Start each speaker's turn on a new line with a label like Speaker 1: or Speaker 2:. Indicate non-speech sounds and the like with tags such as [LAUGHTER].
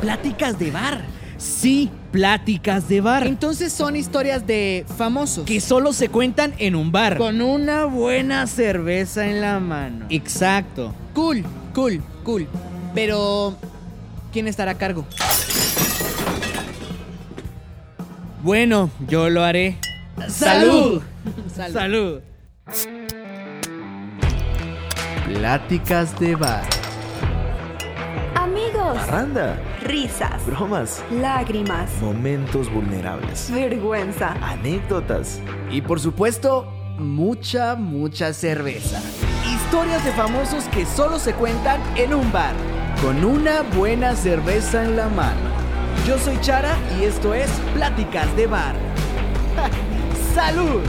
Speaker 1: Pláticas de bar. Sí, pláticas de bar.
Speaker 2: Entonces son historias de famosos.
Speaker 1: Que solo se cuentan en un bar.
Speaker 2: Con una buena cerveza en la mano.
Speaker 1: Exacto.
Speaker 2: Cool, cool, cool. Pero, ¿quién estará a cargo?
Speaker 1: Bueno, yo lo haré.
Speaker 2: Salud.
Speaker 1: Salud.
Speaker 3: Pláticas de bar.
Speaker 4: Amigos,
Speaker 3: Parranda.
Speaker 4: risas,
Speaker 3: Bromas.
Speaker 4: lágrimas,
Speaker 3: Momentos vulnerables.
Speaker 4: vergüenza.
Speaker 3: Anécdotas.
Speaker 5: Y por supuesto, mucha, mucha cerveza. Historias de famosos que solo se cuentan en un bar, con una buena cerveza en la mano.
Speaker 1: [LAUGHS]
Speaker 5: Yo soy Chara y esto es Pláticas de Bar. ¡Salud!